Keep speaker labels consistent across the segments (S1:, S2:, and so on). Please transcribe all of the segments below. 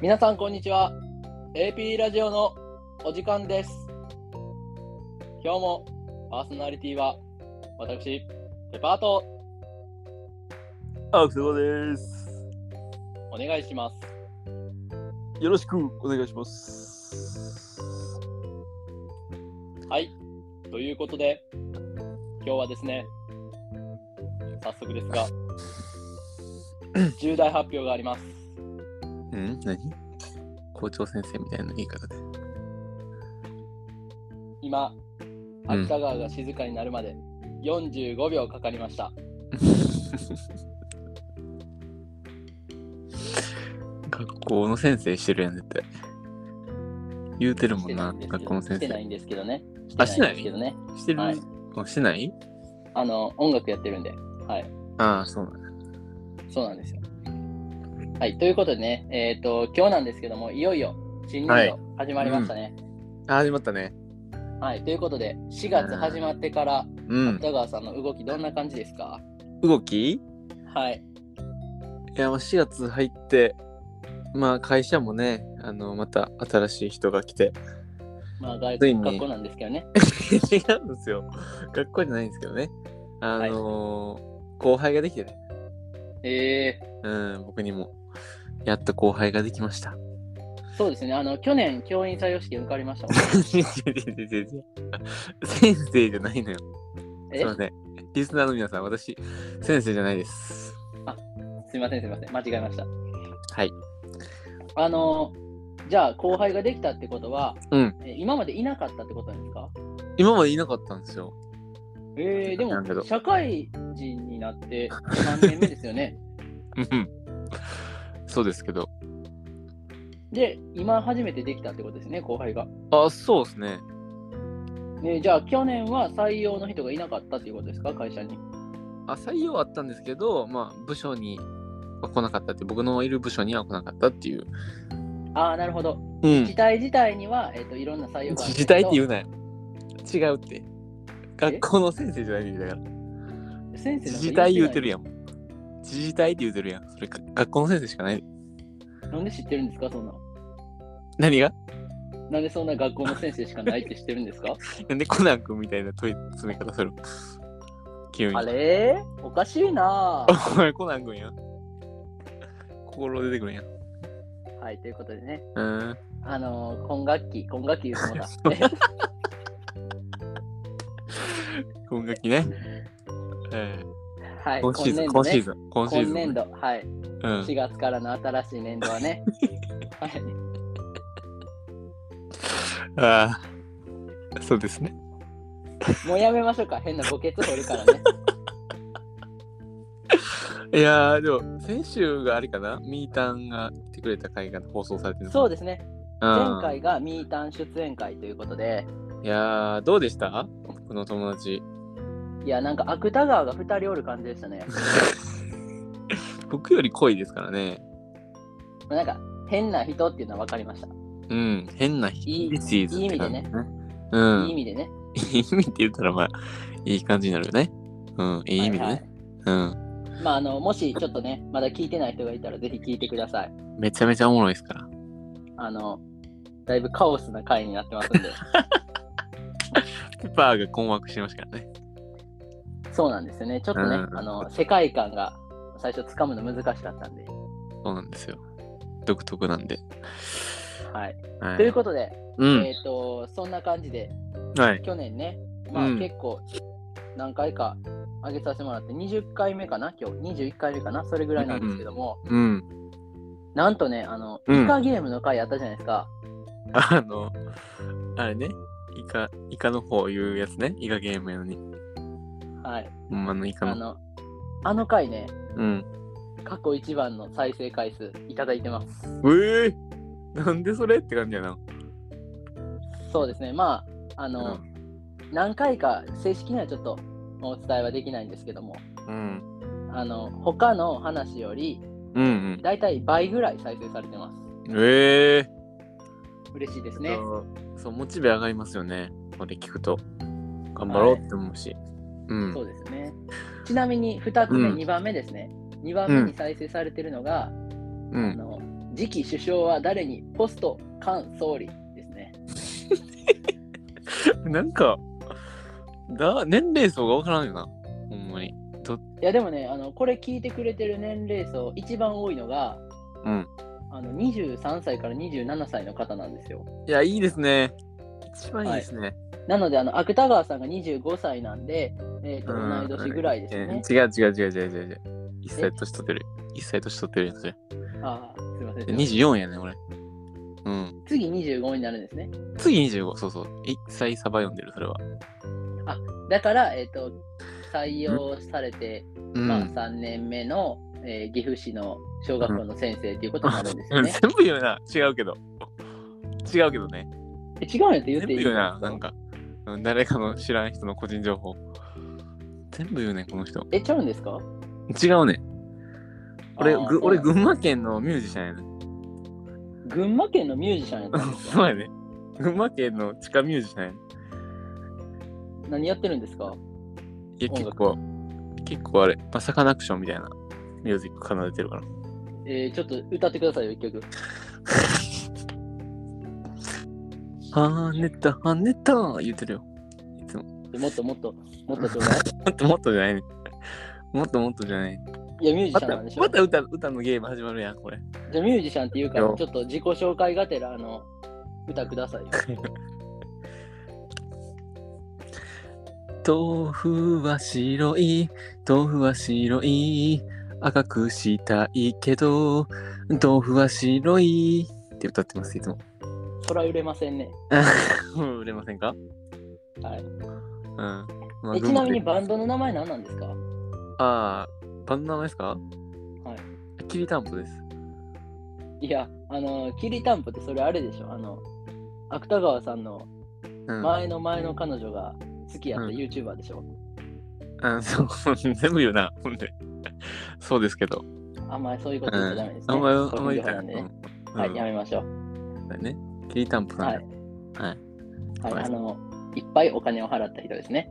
S1: 皆さんこんにちは AP ラジオのお時間です今日もパーソナリティは私ペパート
S2: アクセゴです。
S1: お願いします
S2: よろしくお願いします。
S1: はいということで今日はですね早速ですが重大発表があります
S2: うん何校長先生みたいな言い 方で。
S1: 今秋田川が静かになるまで45秒かかりました、
S2: 学校の先生してるやん、絶対。言うてるも
S1: して
S2: ん
S1: な
S2: な、
S1: いんですけ
S2: 学
S1: ど
S2: 校の
S1: し
S2: 先
S1: てない
S2: 生。
S1: んですけどね
S2: あ
S1: してないんですけどね
S2: してる、
S1: はい
S2: あしてない
S1: あの音楽やってるんではい
S2: ああ、そうなんだ。
S1: そうなんですよ。はい、ということでね、えっ、と、今日なんですけども、いよいよ新
S2: は
S1: 年
S2: い
S1: 度始まりましたね。
S2: あ始まったね。
S1: はい、ということで、4月始まってから、
S2: うん。
S1: 北川さんの動き、どんな感じですか
S2: 動きい
S1: はい、
S2: や、まあ4月入って、まあ会社もね、あの、また新しい人が来て。
S1: まあ、外
S2: つい
S1: 国
S2: に
S1: 学校なんですけどね。
S2: 違うんですよ。学校じゃないんですけどね。あのー後輩ができてね。
S1: え
S2: うん、僕にも。やっと後輩ができました。
S1: ー、そうですね、あの、去年、教員採用試験受かりましたもん
S2: 先生じゃないのよ。 すい
S1: え
S2: ません。リスナーの皆さん、私、先生じゃないです。
S1: すいません、すいません、間違えました。
S2: はい。
S1: あの、じゃあ、後輩ができたってことは、
S2: うん
S1: え今までいなかったってことなんですか
S2: 今までいなかったんですよ。
S1: えー、で
S2: なんだろ
S1: も、
S2: う
S1: 社会人になって3年目ですよね。
S2: うん。そうですけど。
S1: で、今初めてできたってことですね、後輩が。
S2: あ、そうですね。
S1: ね、じゃあ、去年は採用の人がいなかったっていうことですか、会社に。
S2: あ、採用はあったんですけど、まあ、部署には来なかったって、僕のいる部署には来なかったっていう。
S1: ああ、なるほど。
S2: うん
S1: 自。治体自体には、えっといろんな採用がある
S2: 自
S1: ん
S2: 治体って言
S1: う
S2: うなよ。違うって。学校の先生じゃないんだから。
S1: 先生
S2: 自治体言うて
S1: る。
S2: るやん。自治体って言うてるやん。それか学校の先生しかない。
S1: なんで知ってるんですか、そんなの。
S2: 何が
S1: なんでそんな学校の先生しかないって知ってるんですか
S2: なんでコナン君みたいな問い詰め方する急に
S1: あ。れーおかしい なー
S2: お前コナン君やん。心出てくるやん。う
S1: はい、ということでね、
S2: ーん。
S1: あのー今学期、今学期言うて もだ。
S2: 今学期ね。え
S1: はい、
S2: ー、今シーズン、
S1: 今
S2: 今シ
S1: 年
S2: ーズン、今シーズ
S1: 度
S2: ン
S1: ね。今年
S2: ね。
S1: 度、はい。
S2: うん
S1: 4月からの新しい年度は ね。はい。
S2: ああ、そうですね。
S1: もうやめましょうか、変な墓穴掘るから ね。
S2: いやー、でも、先週があれかなミータンが来てくれた回が放送されてるの
S1: そう
S2: で
S1: ですね、
S2: す。
S1: 前回がミータン出演会ということで、
S2: いやー、どうでした僕の友達。
S1: いや、なんか芥川が2人おる感じでした ね。
S2: 僕より濃いですからね。
S1: なんか変な人っていうのは分かりました。
S2: うん、変ない
S1: い
S2: ヒデシーズって感
S1: い
S2: じ
S1: い意味で。い
S2: う
S1: い意
S2: ん、
S1: 味でね。
S2: いい意味って言ったら、まあ、いい感じになるよね。うん、いい意味で
S1: はいは
S2: ね。うん、
S1: いまあ、あの、もしちょっとね、まだ聞いてない人がいたら、ぜひ聞いてください。
S2: めちゃめちゃおもろいですから。
S1: あの、だいぶカオスな回になって ますんで。
S2: ペッパーが困惑してましたからね。
S1: そうなんですよね。ちょっとね、
S2: うん
S1: あの、世界観が最初つかむの難しかったんで。
S2: そうなんですよ。独特なんで。
S1: はい。
S2: は
S1: ということで、
S2: うん、
S1: えっ、と、そんな感じで、
S2: はい。
S1: 去年ね、まあ
S2: うん
S1: 結構何回か上げさせてもらって、20回目かな、今日、21回目かな、それぐらいなんですけども、
S2: うん。
S1: なんとね、あの、
S2: うん
S1: イカゲームの回あったじゃないですか。
S2: あの、あれね、イカ、イカの方言うやつね。イカゲームやのに。
S1: はい。
S2: ほんまのイカ
S1: あ
S2: の。
S1: の、あの回ね、
S2: うん。
S1: 過去一番の再生回数いただいてます。
S2: ええなんでそれって感じやな。
S1: そうですね、まあ、あの、
S2: う
S1: 何回か正式にはちょっとお伝えはできないんですけども、
S2: うん。
S1: あの、他の話より、
S2: うんうん。
S1: だいたい倍ぐらい再生されてます。
S2: ええ
S1: 嬉しいですね。
S2: そうそうモチベ上がりますよねこれ聞くと頑張ろうって思うし、うん
S1: そうですね。ちなみに2つ目、
S2: うん
S1: 2番目ですね。2番
S2: う
S1: 目
S2: ん
S1: に再生されてるのが、
S2: う
S1: あ
S2: ん
S1: の次期首相は誰にポスト菅総理ですね。
S2: なん か、だ、年齢層がわからんよな。ほんまに。
S1: いやでもね、あのこれ聞いてくれてる年齢層、一番多いのが
S2: うん。
S1: あの23歳から27歳の方なんですよ。
S2: いや、いいですね。一番いいですね。
S1: なので、あの芥川さんが25歳なんで、えー、と
S2: うん
S1: 同い年ぐらいです
S2: え
S1: ね。
S2: 違う違う違う違う違う違う。一歳年取ってる。一歳年取ってるやつじゃん。
S1: あーすいません。
S2: 24やね、俺。うん。
S1: 次25になるんですね。
S2: 次25、そうそう。一歳サバ読んでる、それは。
S1: だから、えー、と採用されて、
S2: うん。
S1: まあ、3年目の、えー岐阜市の小学校の先生ということになるんです
S2: う
S1: よ
S2: ん
S1: ね。
S2: 全部言うな。違うけど。違うけどね。
S1: え違うんやって言っ
S2: 全部
S1: ていい
S2: 言うな。なんか、うん誰かの知らん人の個人情報。全部言うね、この人。
S1: え、ちゃうんですか
S2: 違うね。俺、
S1: あー
S2: ぐ俺、
S1: そう
S2: 群馬県のミュージシャンやね。
S1: 群馬県のミュージシャンやったんです
S2: お
S1: か
S2: 前ね。群馬県の地下ミュージシャンやね。
S1: 何やってるんですか
S2: いや、
S1: 音
S2: 結
S1: 楽
S2: 構、結構あれ、まあ、サカナクションみたいなミュージック奏でてるから。
S1: えー、ちょっと歌ってくださいよ、一曲。
S2: はねた、はねた、言ってるよ。いつも。
S1: もっともっと、もっとちょうだい。
S2: もっともっとじゃないね。もっともっとじゃない。
S1: いや、ミュージシ
S2: ま
S1: ャン
S2: た、
S1: なんでしょ、
S2: また歌、歌のゲーム始まるやん、これ。
S1: じゃあミュージシャンっていうから、
S2: よ
S1: ちょっと自己紹介がてら、あの、歌くださいよ。
S2: 豆腐は白い豆腐は白い赤くしたいけど豆腐は白いって歌ってますいつも
S1: そら売れませんね。
S2: 売れませんか
S1: はい
S2: うん、まあ
S1: えちなみに
S2: 群馬県
S1: バンドの名前何なんですか
S2: ああバンドの名前ですかはいきりたんぽです
S1: いや、あの、きりたんぽってそれあれでしょあの、芥川さんの
S2: うん、
S1: 前の前の彼女が好きやった
S2: うん
S1: YouTuber でしょ、
S2: うん、そう 全部言うなほんでそうですけど、
S1: あんまりそういうこと言っちゃダメですね。
S2: あんまりあ
S1: 個
S2: ん
S1: 人
S2: まり
S1: 情
S2: 言い
S1: 報
S2: た
S1: ないんで
S2: う
S1: ね。
S2: ん
S1: はい、や
S2: うん
S1: めましょう。
S2: だよねきりたんぽなん
S1: は
S2: で、
S1: い。
S2: はい
S1: はい、
S2: はい
S1: あの、いっぱいお金を払った人ですね。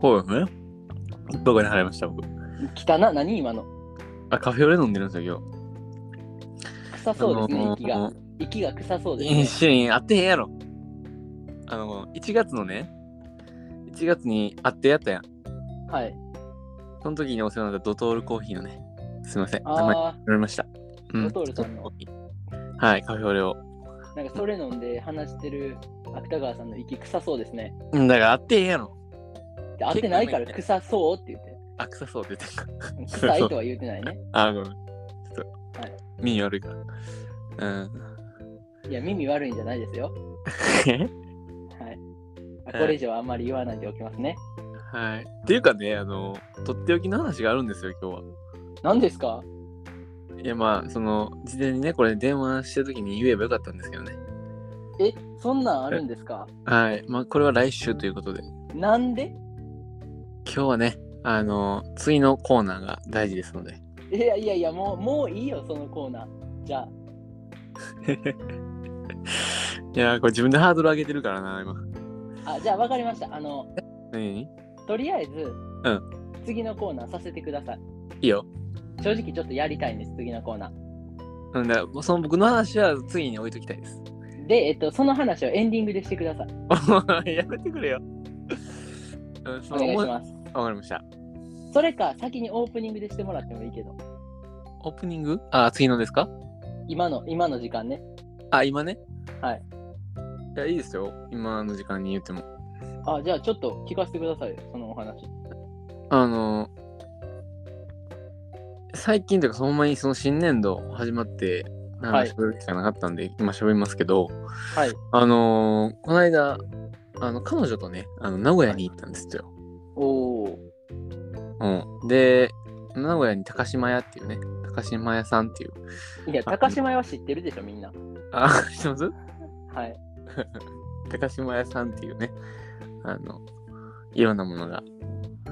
S2: そうよねどこに払いました僕
S1: 汚な、何今の。
S2: あカフェオレ飲んでるんですよ今
S1: 臭
S2: 日
S1: そうです
S2: あ
S1: ね、
S2: のー
S1: 息が。息が臭そうです
S2: いい
S1: ね。
S2: シーンあってへんやろ。あの、1月のね、1月に会ってやったやん。
S1: はい。
S2: その時にお世話になったドトールコーヒーのね、すいません、名前
S1: あ
S2: 飲みました。うん
S1: ドトールさんの。
S2: はい、カフェオレを。
S1: ー、なんかそれ飲んで話してる芥川さんの息臭そうですね。
S2: うんだから会ってへんやろ。
S1: で会ってないから
S2: 結
S1: 臭そうって言って。
S2: あ、臭そうって言ってんか。
S1: うん臭いとは言ってないね。
S2: あ、ごめん。ちょっと、
S1: はい
S2: 耳悪いから。うん。
S1: いや、耳悪いんじゃないですよ。はい。あこれ以上はあんまり言わないでおきますね。
S2: はい。っていうかね、あの、とっておきの話があるんですよ、今日は。
S1: 何ですか
S2: いや、まあ、その、事前にね、これ電話した時に言えばよかったんですけどね。
S1: え、そんなんあるんですか
S2: はい。まあ、これは来週ということで。
S1: なんで
S2: 今日はね、あの次のコーナーが大事ですので。
S1: いやいやいや、もうもういいよ、そのコーナー。じゃあ、
S2: いやー、これ自分でハードル上げてるからな、今。
S1: あじゃあ分かりました。あの、
S2: 何い
S1: とりあえず、
S2: ん
S1: 次のコーナーさせてください。
S2: いよ。
S1: 正直ちょっとやりたいんです、次のコーナー。
S2: うんだから、その僕の話は次に置いときたいです。
S1: で、えっと、その話をエンディングでしてください。
S2: やめてくれよ。うん、そ
S1: お
S2: の
S1: 願いし
S2: わ
S1: ます。
S2: かりました。
S1: それか、先にオープニングでしてもらってもいいけど、
S2: オープニングあ、次のですか
S1: 今の、今の時間ね。
S2: あ、今ね。
S1: はい。
S2: いや、いいですよ。今の時間に言っても。
S1: あ、じゃあちょっと聞かせてくださいよ、そのお話。
S2: あの最近というか、そのまにその新年度始まって、なんか
S1: はい
S2: 喋る機会なかったんで、今喋りますけど、
S1: はい。
S2: あのーこの間、あの、彼女とね、あの、名古屋に行ったんですよ。
S1: おー。
S2: うん。で、名古屋に高島屋っていうね、高島屋さんっていう。
S1: いや、高島屋は知ってるでしょ、みんな。
S2: あ、 知ってます
S1: はい。
S2: 高島屋さんっていうね、あの、いろんなものが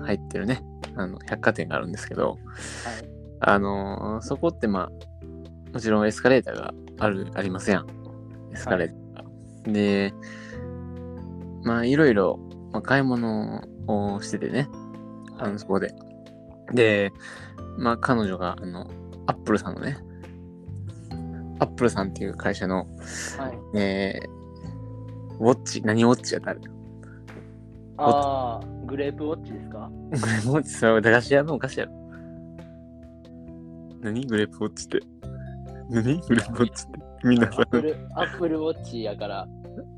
S2: 入ってるね、あの、百貨店があるんですけど、あのーそこってまあ、もちろんエスカレーターがある、ありますやん。エスカレーターが。で、まあ、いろいろ、まあ、買い物をしててね、あの、そこで。で、まあ、彼女が、あの、
S3: アップルさんのね、アップルさんっていう会社の、
S1: はい。
S3: えーウォッチ、何ウォッチやったあれ
S1: ああ、グレープウォッチですか
S3: グレープウォッチそれは駄菓子屋のお菓子やろ。何グレープウォッチって。何グレープウォッチって。みん
S1: ア
S3: なさ
S1: ッ、プ ル、アップルウォッチやから、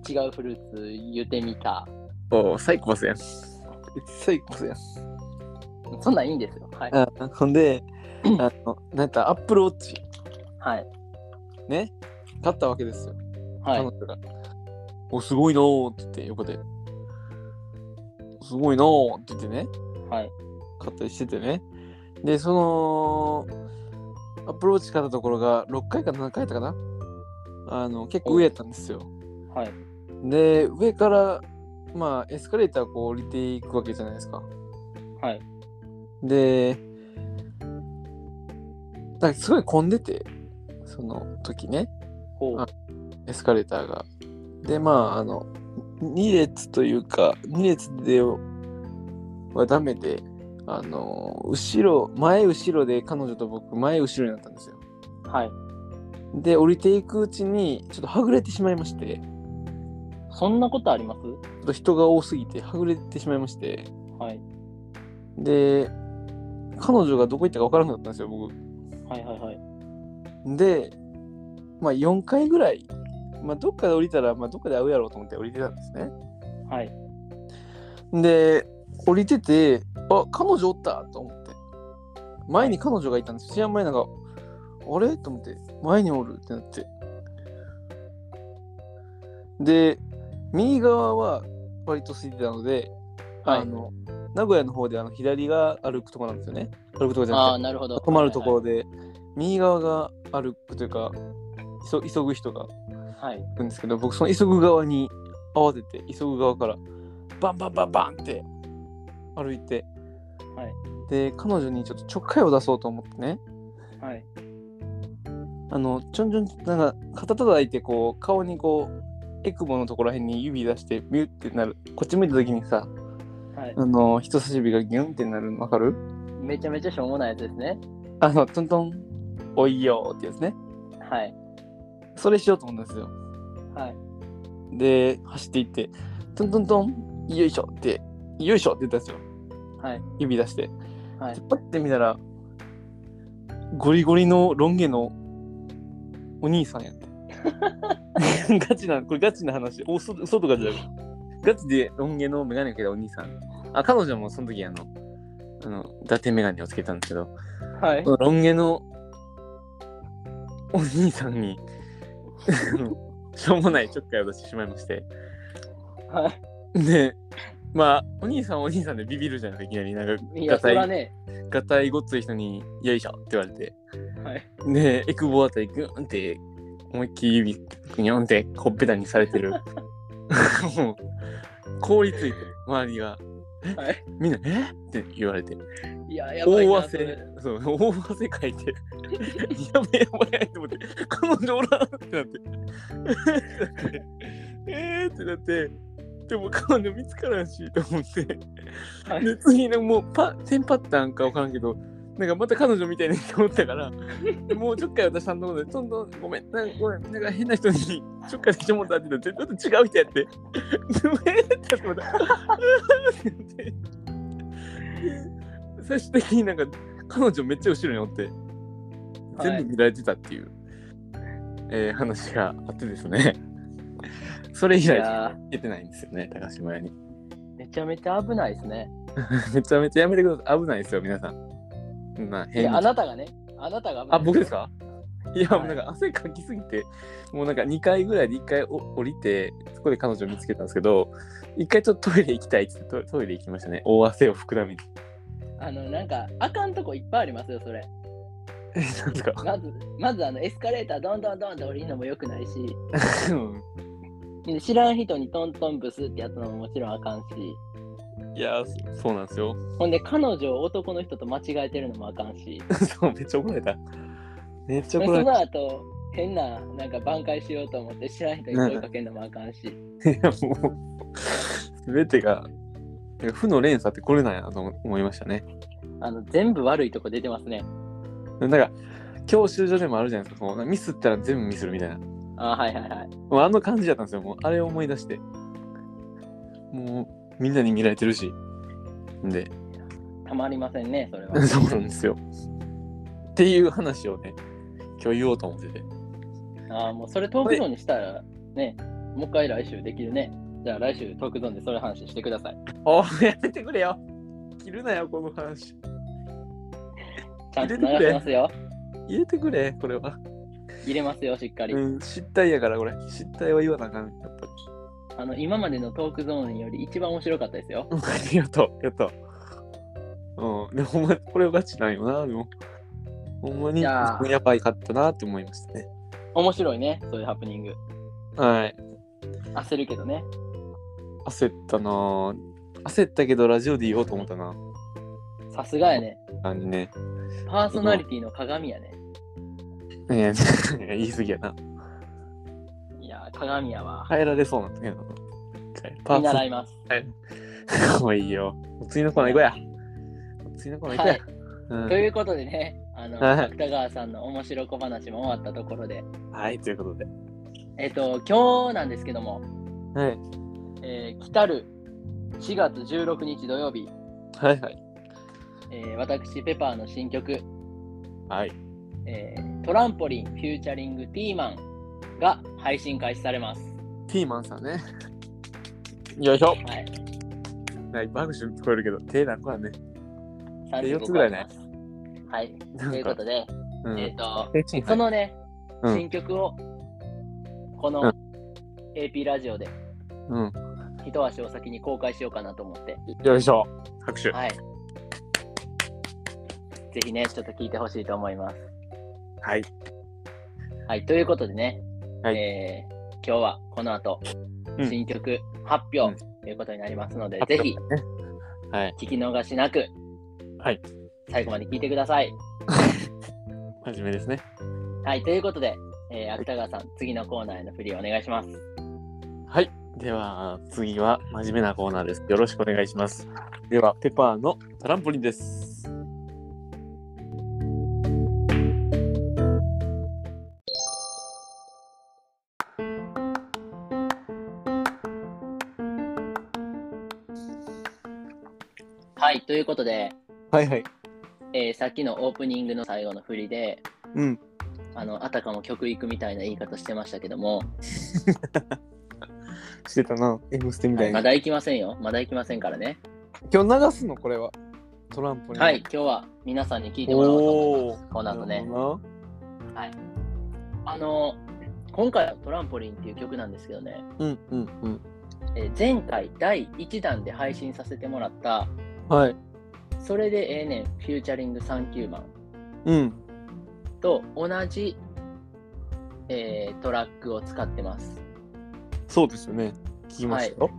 S1: 違うフルーツ言ってみた。
S3: おうサイコパスやん。サイコパスやん。
S1: そんなんいいんですよ。はい。
S3: あほんで、あの、なんかアップルウォッチ
S1: はい。
S3: ね、買ったわけですよ。
S1: はい。
S3: 彼女が。お、すごいなーって言って、横で。すごいなーって言ってね、
S1: はい。
S3: 買ったりしててね。で、その、アプローチ買ったところが6回か7回やったかなあの、結構上やったんですよ。
S1: はい。
S3: で、上から、まあ、エスカレーターこう降りていくわけじゃないですか。
S1: はい。
S3: で、なんかすごい混んでて、その時ね。
S1: ほう。
S3: あエスカレーターが。で、まあ、あの、2列というか、2列ではダメで、あの、後ろ、前後ろで彼女と僕、前後ろになったんですよ。
S1: はい。
S3: で、降りていくうちに、ちょっとはぐれてしまいまして、ち
S1: そんなことあります
S3: ょっと人が多すぎて、はぐれてしまいまして、
S1: はい。
S3: で、彼女がどこ行ったか分からなくなったんですよ、僕。
S1: はいはいはい。
S3: で、まあ、4回ぐらい、まあ、どっかで降りたら、まあ、どっかで会うやろうと思って降りてたんですね。
S1: はい。
S3: で降りててあ彼女おったと思って前に彼女がいたんです知らん前なんかあれと思って前におるってなってで右側は割と空いてたので、
S1: はい
S3: あの名古屋の方であの左が歩くとこなんですよね歩くとこじゃ
S1: あ
S3: な
S1: あ、
S3: く
S1: なるほど。
S3: て止まるところで、右側が歩くというか急急ぐ人が
S1: はい。
S3: 行くんですけど僕その急ぐ側に慌てて急ぐ側からバンバンバンバンって歩いて、
S1: はい
S3: で彼女にちょっとちょっかいを出そうと思ってね
S1: はい。はい。
S3: あのちょんちょんなんか肩叩いてこう顔にこうエクボのところらへんに指出してミュってなるこっち向いた時にさ
S1: はい。
S3: あの人差し指がギュンってなるのわかる
S1: めちゃめちゃしょうもないやつですね。
S3: あのトントンおいよーってやつね
S1: はい。
S3: それしようと思うんですよ
S1: はい。
S3: で走っていってトントントンよいしょってよいしょって言ったんですよ
S1: はい。
S3: 指出して
S1: はい。
S3: パッて見たらゴリゴリのロン毛のお兄さんやって ガチなこれガチな話お嘘嘘とかじゃなくガチでロン毛のメガネをかけたお兄さんあ彼女もその時あのあの伊達メガネをつけたんですけど
S1: はい。
S3: ロン毛のお兄さんに しょうもないちょっかいを出してしまいまして
S1: は
S3: でまあお兄さんはお兄さんでビビるじゃないですかいきなりなんか
S1: い。いや、
S3: ガ
S1: そ
S3: タイ
S1: らね。
S3: ガタイごっつい人に「よいしょ」って言われて
S1: はい。
S3: でエクボあたりグーンって思いっきり指グニョンってほっぺたにされて るもう凍りついて周りが
S1: はい。
S3: みんな「えっ?」て言われて
S1: いや、やばい
S3: 大
S1: な。そ
S3: 汗
S1: れ
S3: そう大汗かいてやばいやばいやばいと思って彼女おらんってなってえーってなってでも彼女見つからんしと思って
S1: はい。
S3: で次のもうパテンパったんか分からんけどなんかまた彼女みたいにと思ったからもうちょっかい私さんのことでどんどんごめんなんかごめんなんか変な人にちょっかいしてもらったって言ったらちょっと違う人やってごめんってまた って言ってで最終的になんか彼女めっちゃ後ろにおって
S1: は
S3: 全
S1: い
S3: 部見られてたっていう、えー話があってですね それ以
S1: い
S3: 来
S1: やー
S3: 行けてないんですよね高島屋に。
S1: めちゃめちゃ危ないですね。
S3: めちゃめちゃやめてください。危ないですよ、皆さん。そんな、
S1: い
S3: 変
S1: や、
S3: な
S1: あなたがね。あなたが危ない。
S3: あ、僕ですかいや、
S1: はい
S3: もうなんか汗かきすぎて、もうなんか2回ぐらいで1回お降りて、そこで彼女を見つけたんですけど、1回ちょっとトイレ行きたいって言ってトトイレ行きましたね。大汗を膨ら みに。
S1: あの、なんか、あかんとこいっぱいありますよ、それ。
S3: え、なんですか
S1: まず、まず、あの、エスカレーター、どんどんどんって降りるのもよくないし、
S3: う
S1: 知らん人にトントンブスってやつのももちろんあかんし、
S3: んいやー、そそうなんですよ。
S1: ほんで、彼女を男の人と間違えてるのもあかんし、
S3: そう、めっちゃ怒られた。めっち
S1: そ
S3: ゃ怒られ
S1: の後、変な、なんか挽回しようと思って、知らん人に声かけるのもあかんし、
S3: た。いや、もう、すべてが、なんか負の連鎖ってこれなんやなと思思いましたね。
S1: あの、全部悪いとこ出てますね。
S3: なんか教習所でもあるじゃないですかこうミスったら全部ミスるみたいなも
S1: あはいはいはいう
S3: あの感じだったんですよもうあれを思い出してもうみんなに見られてるしで
S1: たまりませんねそれは
S3: そうなんですよっていう話をね今日言おうと思ってて
S1: ああもうそれトークゾーンにしたらねもう一回来週できるねじゃあ来週トークゾーンでそれ話してください
S3: おーやめてくれよ切るなよこの話
S1: ちゃんと流しますよ
S3: 入れてくれこれは
S1: 入れますよしっかり、
S3: うん失態やからこれ失態は言わなあかんやっぱり
S1: あの今までのトークゾーンより一番面白かったですよ
S3: うんありがとうやったうんでもほんまこれはガチなんよなでもほんまに
S1: いや
S3: や
S1: ー
S3: ばいかったなって思いましたね
S1: 面白いねそういうハプニング
S3: はい
S1: 焦るけどね
S3: 焦ったなぁ焦ったけどラジオで言おうと思ったな
S1: さすがやね
S3: 感じね
S1: パーソナリティの鏡やね
S3: いや 言い過ぎやない
S1: やー鏡やわ
S3: 変えられそうなんだけどなパ
S1: 見
S3: ー
S1: 習
S3: ソナ
S1: います
S3: かわいいよ次のコーナー行こうや次のコーナー行こうや、うん
S1: ということでね、あの、
S3: はい
S1: 芥川さんの面白小話も終わったところで、
S3: はい、ということで。
S1: えっ、と、今日なんですけども、
S3: はい。
S1: えー来たる4月16日土曜日、
S3: はいはい。
S1: えー私、ペパーの新曲、
S3: はい。
S1: えートランポリンフューチャリングピーマンが配信開始されます。
S3: ピーマンさんね。よいしょ。
S1: はい。
S3: はい、バグシュ聞こえるけど、手楽はね。
S1: 35
S3: 4つぐらいね
S1: あります。はい。
S3: な
S1: とい
S3: ん
S1: うこと
S3: か、
S1: で、
S3: うん。
S1: えっ、と、
S3: えチン
S1: そのね、
S3: うん
S1: 新曲を、こ
S3: う
S1: の AP ラジオで
S3: うん。
S1: 一足お先に公開しようかなと思って、
S3: よいしょ。拍手。
S1: はい。ぜひね、ちょっと聞いてほしいと思います。
S3: はい。
S1: はい、ということでね、
S3: はい
S1: えー今日はこの後、
S3: うん
S1: 新曲発
S3: う
S1: 表
S3: ん
S1: ということになりますので、
S3: 拍
S1: ぜ
S3: 手
S1: ひ
S3: ね。はい。
S1: 聞き逃しなく、
S3: はい
S1: 最後まで聞いてください。
S3: 真面目ですね。
S1: はい、ということで、えー芥川さん、次のコーナーへの振りをお願いします。
S3: はい。では、次は真面目なコーナーです。よろしくお願いします。では、ペパーのトランポリンです。
S1: はい、ということで、
S3: はいはい。
S1: えーさっきのオープニングの最後の振りで、
S3: うん。
S1: あのあたかも曲行くみたいな言い方してましたけども、
S3: してたな。M ステみたい
S1: ま
S3: な。
S1: だ行きませんよ。まだ行きませんからね。
S3: 今日流すのこれは。トランポリン。
S1: はい、。今日は皆さんに聞いてもらおうと思います。この後
S3: な
S1: ね
S3: る。ほ
S1: あの、今回はトランポリンっていう曲なんですけどね、
S3: どな。うんうんうん。
S1: えー前回第1弾で配信させてもらった、
S3: はい。
S1: それでええねん、フューチャリングサンキューマン
S3: うん。
S1: と同じ、えートラックを使ってます。
S3: そうですよね。聞きましたよ。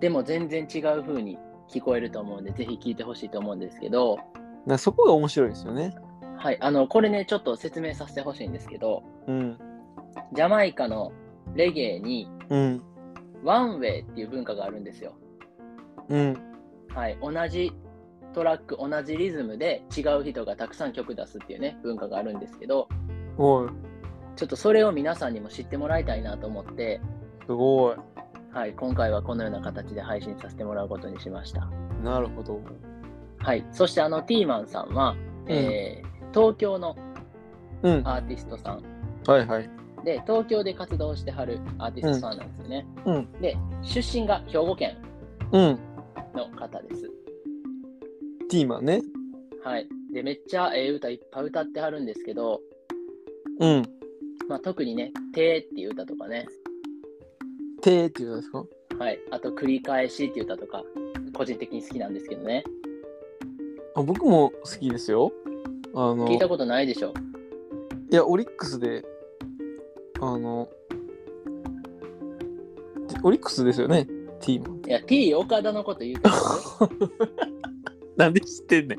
S1: でも全然違う風に聞こえると思うんで、ぜひ聞いてほしいと思うんですけど、
S3: なそこが面白いですよね。
S1: はい、あの、これね、ちょっと説明させてほしいんですけど、
S3: うん。
S1: ジャマイカのレゲエに、
S3: うん。
S1: ワンウェイっていう文化があるんですよ。
S3: うん。
S1: はい、同じトラック同じリズムで違う人がたくさん曲出すっていうね文化があるんですけど
S3: おい、
S1: ちょっとそれを皆さんにも知ってもらいたいなと思って、
S3: すごい。
S1: はい、今回はこのような形で配信させてもらうことにしました、
S3: なるほど。
S1: はい、そしてあのティーマンさんは、えー東京の
S3: うん。
S1: アーティストさん
S3: はいはい。
S1: で東京で活動してはるアーティストさんなんですよね、
S3: うんう
S1: で出身が兵庫県
S3: うん。
S1: の方です
S3: ティーマンね。
S1: はいでめっちゃええ歌いっぱい歌ってはるんですけど、
S3: うん。
S1: まあ、特にね「て」っていう歌とかね
S3: てーっていうことですか
S1: はい、あと「繰り返し」っていう歌とか個人的に好きなんですけどね
S3: あ僕も好きですよ。あの、
S1: 聞い
S3: い
S1: たことないでしょ
S3: や、オリックスで、あの、オリックスですよね、ティーマン。
S1: いや T 岡田のこと言うてる
S3: なんで知ってんねん。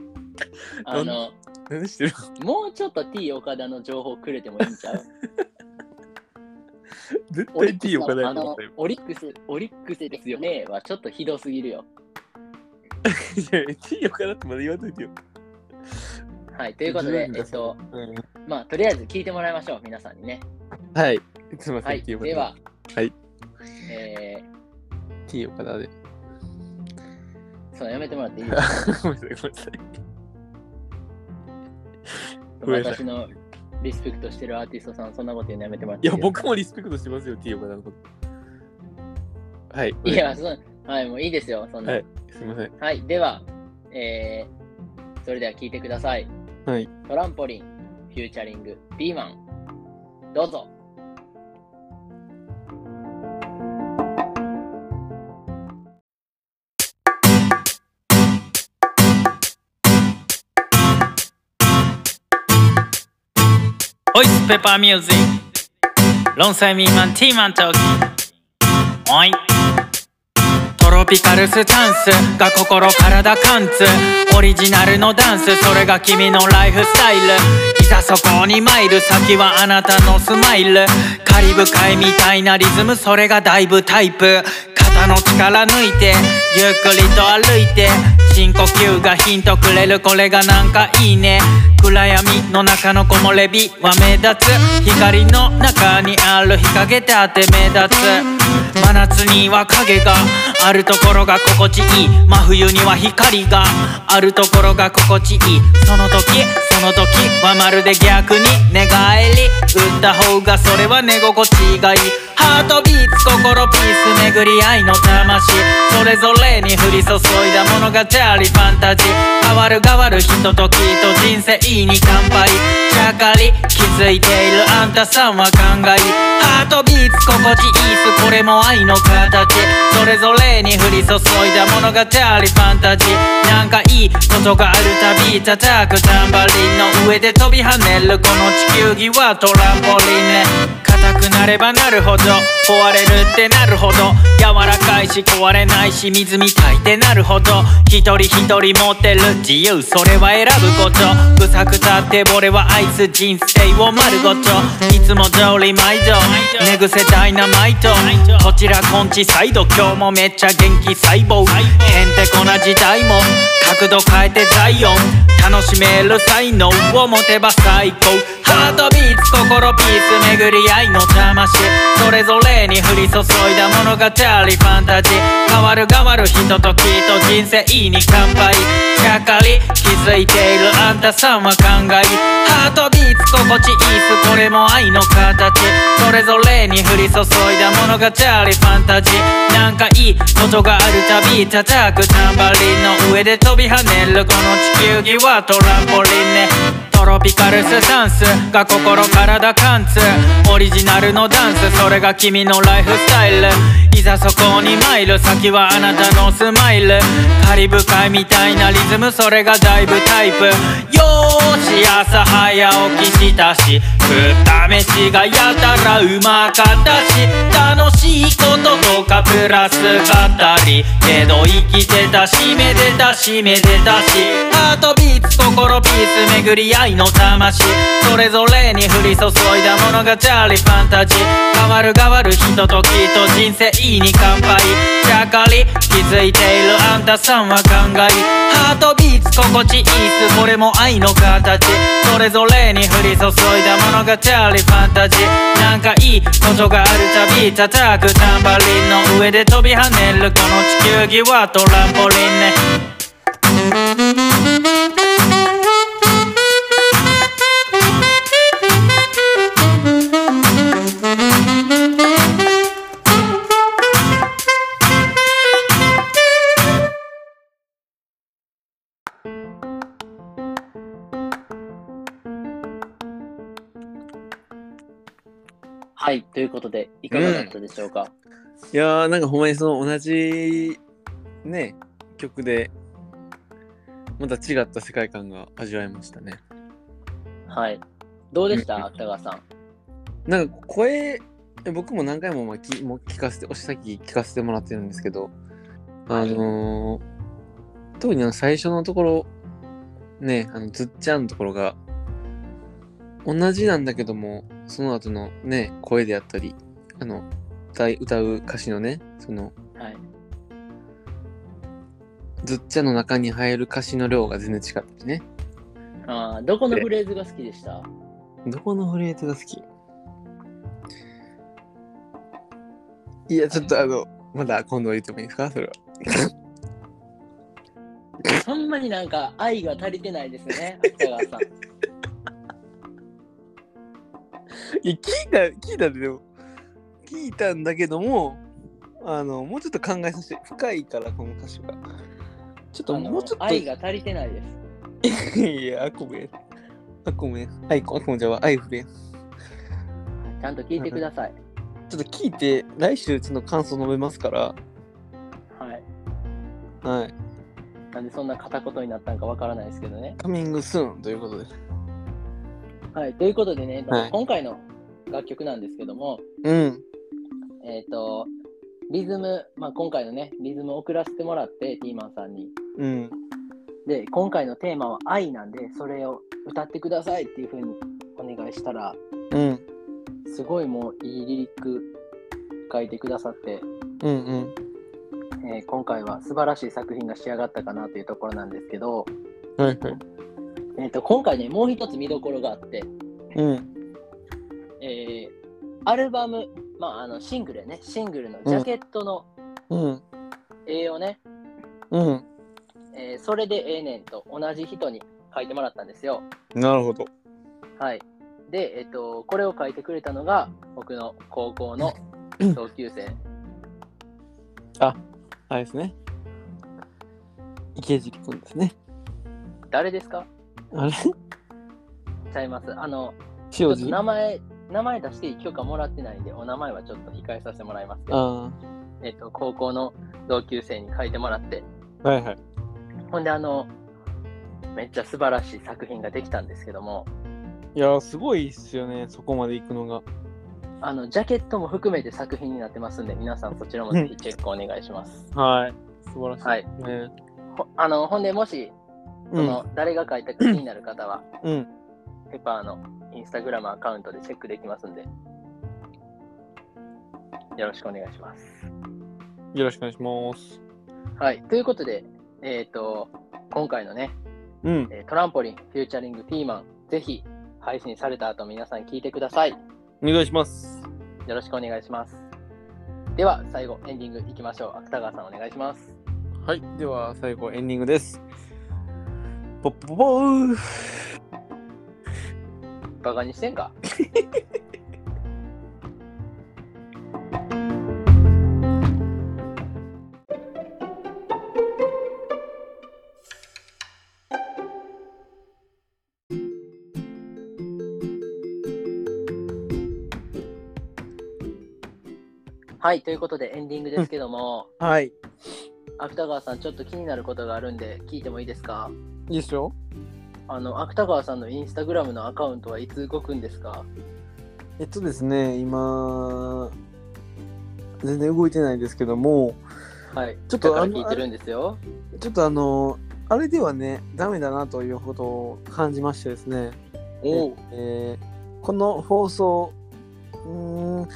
S1: あの
S3: なんで知ってる
S1: もうちょっと T 岡田の情報くれてもいいんちゃう
S3: 絶
S1: オリッ
S3: 対
S1: ク
S3: ティ
S1: ス
S3: ー岡
S1: の
S3: 田
S1: あ
S3: やと思
S1: の
S3: ったよ。
S1: オリックスオリックスですよねはちょっとひどすぎるよ
S3: いや、ティー岡田ってまだ言わんといてよ。
S1: はい、ということで、えっと、、
S3: うん
S1: まあ、とりあえず聞いてもらいましょう、皆さんにね。
S3: はい。すみません、
S1: はい、
S3: T 岡
S1: で
S3: 田
S1: は、
S3: はい。
S1: え
S3: T 岡田で。
S1: ー、そう、やめてもらっていいですか
S3: ごめんなさい、ごめんなさい。 ごめんなさ
S1: 私のリスペクトしてるアーティストさん、そんなこと言うのやめてもらっ
S3: い
S1: ていい
S3: や、
S1: ですか
S3: 僕もリスペクトしてますよ、T 岡田のこと。はい。
S1: いや、そはい、もういいですよ、そんな。は
S3: はいい、すみません。
S1: では、えー、それでは聞いてください。
S3: はい。
S1: トランポリン、フューチャリング、ピーマン、どうぞ。
S4: オイスペーパーミュージック論争ミーマンティーマントーキーおいトロピカルスタンスが心体貫通オリジナルのダンスそれが君のライフスタイルいざそこに参る先はあなたのスマイルカリブ海みたいなリズムそれがだいぶタイプ肩の力抜いてゆっくりと歩いて深呼吸がヒントくれるこれがなんかいいね暗闇の中の木漏れ日は目立つ光の中にある日陰だって目立つ真夏には影があるところが心地いい真冬には光があるところが心地いいその時その時はまるで逆に寝返り打った方がそれは寝心地がいいハートビーツ心ピース巡り合いの魂それぞれに降り注いだものがチャーリーファンタジー変わる変わるひとときと人生に乾杯ちゃかり気づいているあんたさんは感慨ハートビーツ心地いいっすこれも愛の形それぞれに降り注いだものがチャーリーファンタジーなんかいいことがあるたび叩くタンバリンの上で飛び跳ねるこの地球儀はトランポリンね硬くなればなるほど壊れるってなるほど柔らかいし壊れないし水みたいってなるほど一人一人持ってる自由それは選ぶことぐさぐさって俺は愛す人生を丸ごといつも通り毎度寝癖ダイナマイトこちらこんちサイド今日もめっちゃ元気細胞へんてこな時代も角度変えてザイオン楽しめる才能を持てば最高ハートビーツ心ピース巡り合いの魂それぞれに降り注いだものがチャーリーファンタジー変わる変わるひとときと人生に乾杯ちゃかり気づいているあんたさんは感慨ハートビーツ心地いいっすこれも愛の形それぞれに降り注いだものがチャーリーファンタジーなんかいいことがあるたび叩くタンバリンの上で飛び跳ねるこの地球儀はトランポリンねトロピカルスタンスが心体貫通オリジナルのダンスそれが君のライフスタイルいざそこに参る先はあなたのスマイルカリブ海みたいなリズムそれがだいぶタイプよーし朝早起きしたし食った飯がやたらうまかったし楽しいこととかプラス語りけど生きてたしめでたしめでたしハートビーツ心ピース巡り合いの魂それぞれに降り注いだものがチャーリーファンタジー変わる変わるひとときと人生に乾杯ちゃかり気づいているあんたさんは感慨ハートビーツ心地いいっすこれも愛の形それぞれに降り注いだものがチャーリーファンタジーなんかいいことがあるたび叩くタンバリンの上で飛び跳ねるこの地球儀はトランポリンね
S1: はい、ということで、いかがだったでしょうか。
S3: いやー、なんかほんまにその同じ、ね、曲で、また違った世界観が味わえましたね。
S1: はい。どうでし
S3: うん
S1: た、芥川さん。
S3: なんか声、僕も何回もまあきもう聞かせて、おしさっき聞かせてもらってるんですけど、あのー特にあの最初のところ、ね、あのずっちゃんのところが、同じなんだけども、その後のね、声であったり、あの、歌い歌う歌詞のね、その、
S1: はい。
S3: ずっちゃの中に入る歌詞の量が全然違ったしね。
S1: あーどこのフレーズが好きでした
S3: どこのフレーズが好きいや、ちょっとあの、まだ今度言ってもいいですかそれは。
S1: ほんまになんか愛が足りてないです ね、芥川さん。
S3: いや、聞いた、聞いたで、でも、聞いたんだけども、あの、もうちょっと考えさせて、深いから、この歌詞が。ちょっと、
S1: あの
S3: もうちょっと、
S1: 愛が足りてないです。
S3: いや、あこめん。あこめん。あいこ、あこめんじゃあ、あいふれん。ち
S1: ちゃんと聞いてください。
S3: ょっと聞いて、来週、ちょっと感想述べますから、
S1: はい。
S3: はい。
S1: なんでそんな片言になったのかわからないですけどね。
S3: カミングスーンということで。
S1: はい。ということでね、
S3: はい
S1: 今回の楽曲なんですけども、
S3: うん。
S1: えっ、と、リズム、まあ、今回のね、リズムを送らせてもらって、ティーマンさんに。
S3: うん。
S1: で、今回のテーマは愛なんで、それを歌ってくださいっていうふうにお願いしたら、
S3: うん。
S1: すごいもういいリリック書いてくださって、
S3: うんうん。
S1: えー今回は素晴らしい作品が仕上がったかなというところなんですけど、
S3: はいはい。
S1: えー、と今回ねもう一つ見どころがあって、
S3: うん。
S1: えーアルバム、まあ、あのシングルやねシングルのジャケットの
S3: うん。
S1: 絵をね、
S3: うん。
S1: えーそれでええねんと同じ人に書いてもらったんですよ。
S3: なるほど。
S1: はい、で、えー、とこれを書いてくれたのが僕の高校の同級生
S3: あれですね。池尻くんですね。
S1: 誰ですか
S3: あれ
S1: ちゃいます。あのちょっ
S3: 塩
S1: と
S3: 尻
S1: 名
S3: あ
S1: 前名前出していい許可もらってないんでお名前はちょっと控えさせてもらいますけど
S3: あ
S1: えっと、高校の同級生に書いてもらって、
S3: ー。はいはい。
S1: ほんであの、めっちゃ素晴らしい作品ができたんですけども、
S3: いやー、すごいっすよね。そこまで行くのが。
S1: あの、ジャケットも含めて作品になってますんで、皆さんそちらもぜひチェックお願いします。
S3: はい。素晴らしい。
S1: はい
S3: ね。
S1: ほあの、ほんでもし、そ
S3: うん
S1: の、誰が書いたか気になる方 は、
S3: うん。
S1: ペパーのインスタグラムアカウントでチェックできますんで、よろしくお願いします。
S3: よろしくお願いします。
S1: はい、ということで、えっ、と、今回のね、
S3: うん。
S1: えートランポリン、フューチャリング、ピーマン、ぜひ配信された後皆さん聞いてください。
S3: お願いします。
S1: よろしくお願いします。では最後エンディングいきましょう。芥川さんお願いします。
S3: はい。では、最後、エンディングです。ポッポポポー
S1: バカにしてんかはい、ということでエンディングですけども、
S3: はい。
S1: 芥川さん、ちょっと気になることがあるんで、聞いてもいいですか
S3: いいっしょ
S1: あの、芥川さんのインスタグラムのアカウントはいつ動くんですか
S3: えっとですね、今、全然動いてないですけども、
S1: はい。
S3: ちょ
S1: だ
S3: っ
S1: か
S3: と
S1: ら
S3: あ
S1: 聞い
S3: の、
S1: てるんですよ。
S3: ちょっとあの、あれではね、ダメだなということを感じましてですね、
S1: おお。
S3: えーこの放送、うーん、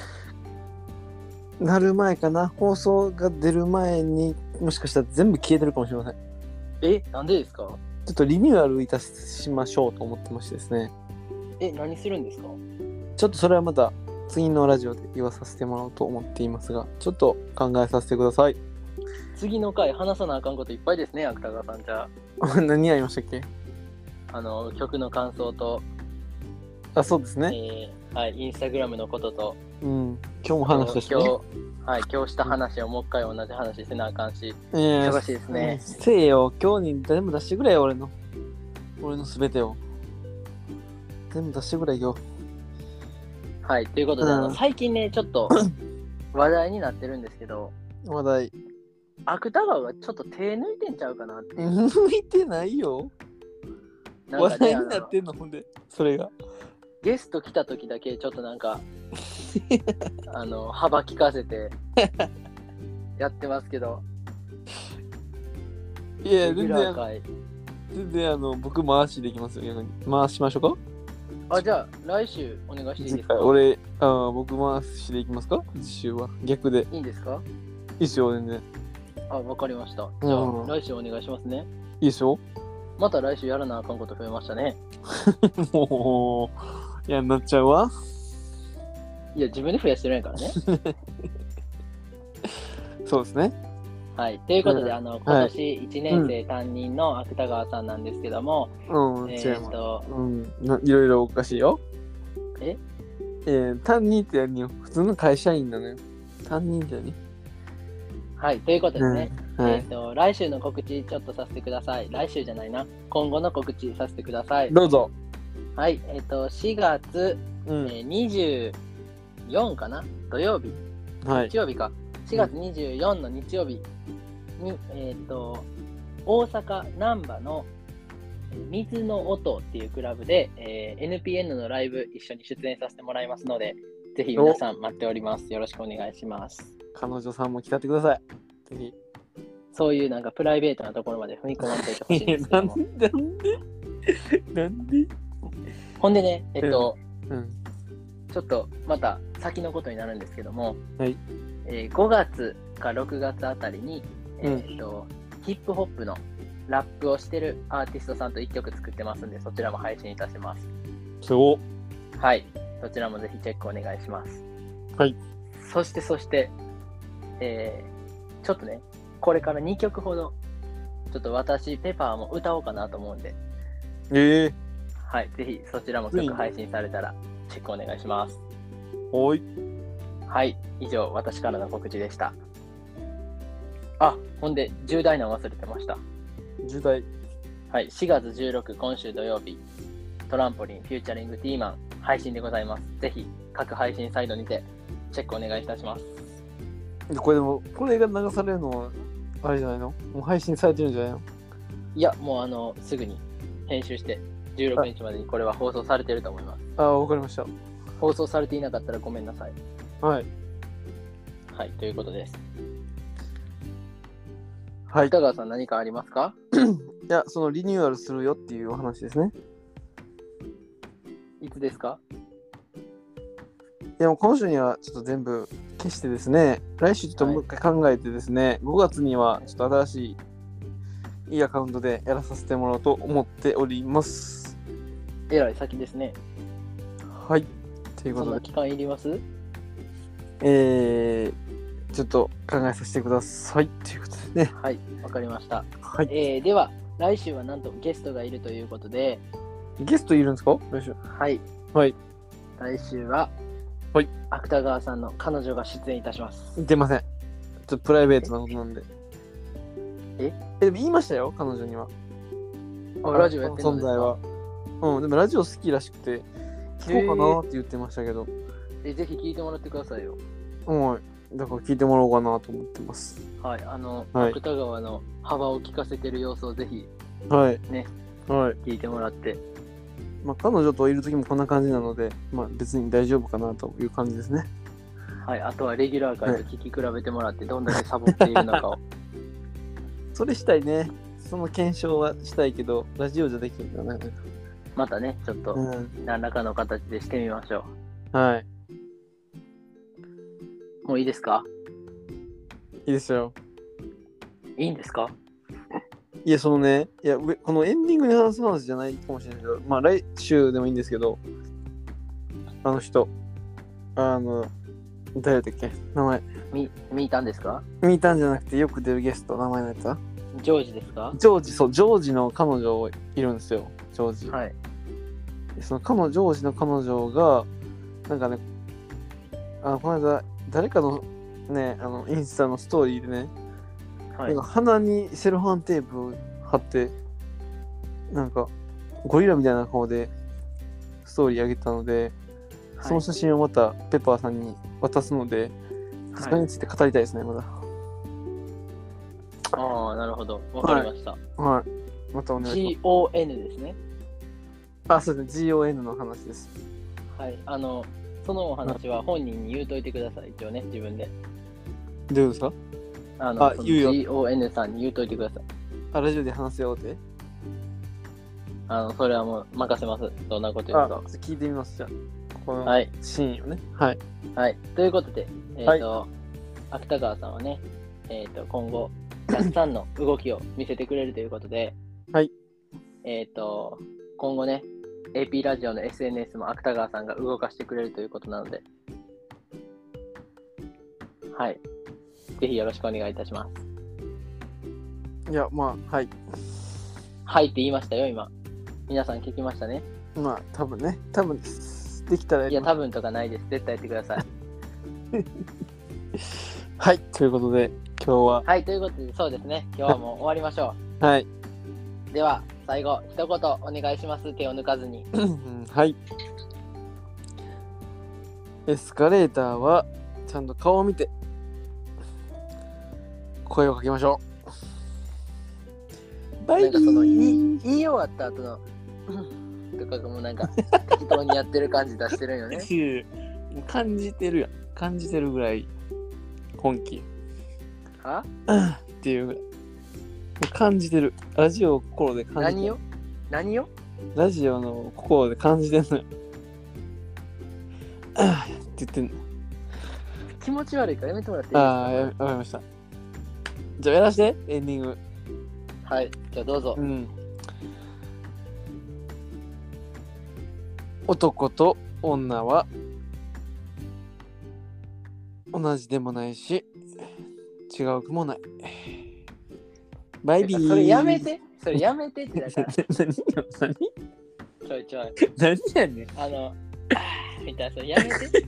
S3: なる前かな、放送が出る前にもしかしたら全部消えてるかもしれません。ち
S1: え、なんでですか
S3: ょっとリニューアルいたしましょうと思ってましてですね、
S1: え、何するんですか
S3: ちょっとそれはまた次のラジオで言わさせてもらおうと思っていますが、ちょっと考えさせてください。
S1: 次の回話さなあかんこといっぱいですね、芥川さんじゃ
S3: 何やりましたっけ
S1: あ。あの、曲の感想と、
S3: あ、そうですね。
S1: えーはい、インスタグラムのことと、
S3: うん。今日も話したしね。
S1: 今日、はい、今日した話をもう一回同じ話せなあかんし、
S3: えー
S1: 忙しいですね
S3: せえよ、今日に全部出してくれよ、俺の。俺のすべてを。全部出してくれよ。
S1: はい、ということで、あ
S3: う
S1: の
S3: ん
S1: 最近ね、ちょっ と話題になってるんですけど、
S3: 話題。
S1: 芥川がちょっと手抜いてんちゃうかなっていう。
S3: 向いてないよ。
S1: なん
S3: 話
S1: かね、
S3: 題
S1: あ
S3: になっ
S1: の
S3: てんの、ほんで。それが。
S1: ゲスト来た時だけちょっとなん かあの幅利かせてやってますけど
S3: いや、
S1: レギ
S3: 全
S1: ュラー
S3: 然、
S1: 回
S3: 全然、あの、僕回しできますよ、逆に。回しましょうか
S1: あじゃあ来週お願いしていいで
S3: 次
S1: すか
S3: 回、俺、あー僕回しでいきますか次週は。逆で。
S1: いいんですか
S3: いいっすよ、全然。
S1: あわかりましたじゃあ、
S3: うん
S1: 来週お願いしますね
S3: いいっすよ。
S1: また来週やらなあかんこと増えましたね。
S3: もう、いや、なっちゃうわ。
S1: いや、自分で増やしてないから ね。
S3: そうですね。
S1: はい。ということで、あの、今
S3: はい
S1: 年1年生担任の芥川さんなんですけども、
S3: うん、
S1: え
S3: 違い
S1: ーっ
S3: ます。
S1: と、
S3: うん、ないろいろおかしいよ。
S1: え
S3: えー、担任って何よ。普通の会社員なのよ。担任って何
S1: はい。ということですね。
S3: は
S1: えーっ
S3: い。
S1: と、来週の告知ちょっとさせてください。来週じゃないな。今後の告知させてください。
S3: どうぞ。
S1: はい。えーっと、4月、え
S3: うん。
S1: ー24かな土曜日。
S3: はい
S1: 日。曜日か、4月24の日曜日に、えー、と大阪・難波のえー水の音っていうクラブで、えー NPN のライブ一緒に出演させてもらいますので、ぜひ皆さん待っております。よろしくお願いします。
S3: 彼女さんも来たってください。ぜひ。
S1: そういうなんかプライベートなところまで踏み込まれていてほしいんですけ
S3: な
S1: ど
S3: ん
S1: も。
S3: でなんでなんで
S1: ほんでね、えっと、
S3: うん。
S1: ちょっとまた先のことになるんですけども、
S3: はい
S1: えー5月か6月あたりに、えーっとヒップホップのラップをしてるアーティストさんと1曲作ってますんでそちらも配信いたします
S3: そう。
S1: はいそちらもぜひチェックお願いします
S3: はい
S1: そしてそして、えーちょっとねこれから2曲ほどちょっと私ペパーも歌おうかなと思うんで
S3: ええ
S1: はいぜひそちらも
S3: つい
S1: 曲
S3: に
S1: 配信されたらチェックお願いします
S3: おい。
S1: はい、以上、私からの告知でした。あ、ほんで、重大なの忘れてました。
S3: 重大。
S1: はい、4月16、今週土曜日、トランポリン、フューチャリング、ティーマン、配信でございます。ぜひ、各配信サイトにて、チェックお願いいたします。
S3: これでも、これが流されるのは、あれじゃないのもう配信されてるんじゃないの
S1: いや、もう、あの、すぐに編集して、16日までにこれは放送されてると思います。
S3: ああ、わかりました。
S1: 放送されていなかったらごめんなさい。
S3: はい。
S1: はい、ということです。
S3: はい。い
S1: 北川さん、何かありますか
S3: や、そのリニューアルするよっていうお話ですね。
S1: いつですか
S3: でも今週にはちょっと全部消してですね、来週ちょっともう一回考えてですね、5月にはちょっと新しいいいアカウントでやらさせてもらおうと思っております。
S1: えらい先ですね。
S3: はい。というこ
S1: そん
S3: と
S1: な
S3: で、
S1: 期間いります
S3: えー、ちょっと考えさせてくださいということでね。
S1: はい、わかりました。
S3: はい。
S1: えーでは来週はなんとゲストがいるということで、
S3: ゲストいるんですか来週。
S1: はい、
S3: はい。
S1: 来週は、
S3: はい、
S1: 芥川さんの彼女が出演いたします。
S3: 出ません。ちょっとプライベートなことなんで。
S1: え
S3: え、でも言いましたよ、彼女には。
S1: あラジオやってるん
S3: 存
S1: です
S3: 在
S1: か
S3: は。うん、でもラジオ好きらしくて、聞こうかなって言ってましたけど。
S1: えぜひ聞いてもらってくださいよ。
S3: はい。だから聞いてもらおうかなと思ってます。
S1: はい、あの、
S3: はい
S1: 芥川の幅を利かせてる様子をぜひ
S3: はい。
S1: ね。
S3: はい。
S1: 聞いてもらって、
S3: まあ、彼女といる時もこんな感じなので、まあ、別に大丈夫かなという感じですね。
S1: はい、あとはレギュラーからと聞き比べてもらって、どんだけサボっているのか を。
S3: それしたいね。その検証はしたいけど、ラジオじゃできるんだなかなか。
S1: またね、ちょっと
S3: うん。
S1: 何らかの形でしてみましょ
S3: はい。
S1: う。もういいですか
S3: いいですよ。
S1: いいんですか
S3: いや、そのね、いや、うえこのエンディングで話す話じゃないかもしれないけど、まあ、来週でもいいんですけど、あの人、あの、誰だっけ名前。
S1: み見たんですか
S3: 見たんじゃなくて、よく出るゲスト、名前のやつは
S1: ジョージですか
S3: ジョージ、そう、ジョージの彼女いるんですよ、ジョージ。
S1: はい。
S3: その彼女、ジョージの彼女が、なんかね、あのこの間、誰かのね、あのインスタのストーリーでね、
S1: はい
S3: なんか鼻にセロハンテープ貼って、なんか、ゴリラみたいな顔でストーリー上げてたので、その写真をまたペッパーさんに渡すので、
S1: はい
S3: それについて語りたいですね、ま
S1: ああ、なるほど。わかりました。
S3: だ。はい。またお願いし
S1: GON ですね。
S3: ます。あ、そうですね、GON の話です。
S1: はい。あの、そのお話は本人に言うといてください。一応ね、自分で。
S3: どういうことですか
S1: あの、
S3: あ
S1: その
S3: 言うよ
S1: GON さんに言うといてください。
S3: あ、ラジオで話せようって。
S1: あの、それはもう任せます。どんなこと言
S3: あ
S1: うか。
S3: 聞いてみますじゃあこの
S1: はい。
S3: シーンをねはい
S1: はい。ということで、えっ、と、芥川さんはね、えっ、と、今後、たくさんの動きを見せてくれるということで、
S3: はい。
S1: えっ、と、今後ね、AP ラジオの SNS も芥川さんが動かしてくれるということなので、はい。ぜひよろしくお願いいたします。
S2: いや、まあ、はい。
S1: はいって言いましたよ、今。皆さん聞きましたね。
S2: まあ、多分ね、多分です。できたら
S1: いや、多分とかないです。絶対言ってください。
S2: はい、ということで、今日は、
S1: はい、ということで、そうですね。今日はもう終わりましょ
S2: はい、
S1: う。では、最後、一言お願いします。手を抜かずに。
S2: うんはい。エスカレーターは、ちゃんと顔を見て、声をかけましょう。バ
S1: なん
S2: イビ
S1: かその言
S2: ー
S1: い言い終わった後のうんとかがもうなんか適当にやってる感じ出してるんよ ね。
S2: 感じてるやん。感じてるぐらい、本気。
S1: は
S2: っていうぐらい感じてるラジオを心で感じて
S1: 何
S2: る
S1: を何を
S2: ラジオの心で感じてんのよあーって言ってんの
S1: 気持ち悪いからやめてもらっていいです
S2: あ
S1: か
S2: あやわかりましたじゃあやらしてエンディング
S1: はい、じゃあどうぞ
S2: う。ん男と女は同じでもないし違うくもないバイビー
S1: それやめて、それやめてってだから、
S2: 何よ何
S1: ちょいちょい。
S2: 何やねん
S1: あの、 あーみたいな、それやめて。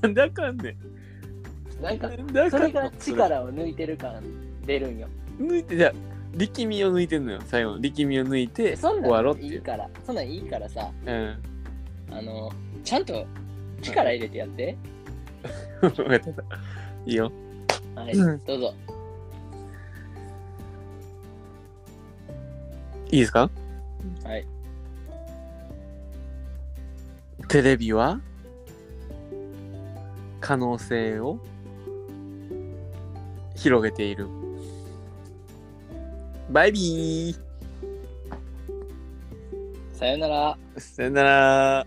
S2: なんだかんね
S1: なん
S2: な
S1: か、
S2: んだ
S1: そ
S2: か
S1: れ
S2: んね
S1: が力を抜いてる感出るんよ。
S2: 抜いてじゃあ力みを抜いてんのよ最後の力みを抜いて
S1: そ
S2: 終
S1: ん
S2: わ
S1: な
S2: ろうっ
S1: ん
S2: て
S1: い
S2: い
S1: いうから、そんなんいいからさ、
S2: うん
S1: あの、ちゃんと力入れてやって。
S2: 分かったいいよ
S1: はい、
S2: うん
S1: どうぞ。
S2: いいですか
S1: はい
S2: テレビは可能性を広げているバイビ
S1: さよなら。
S2: ーさよなら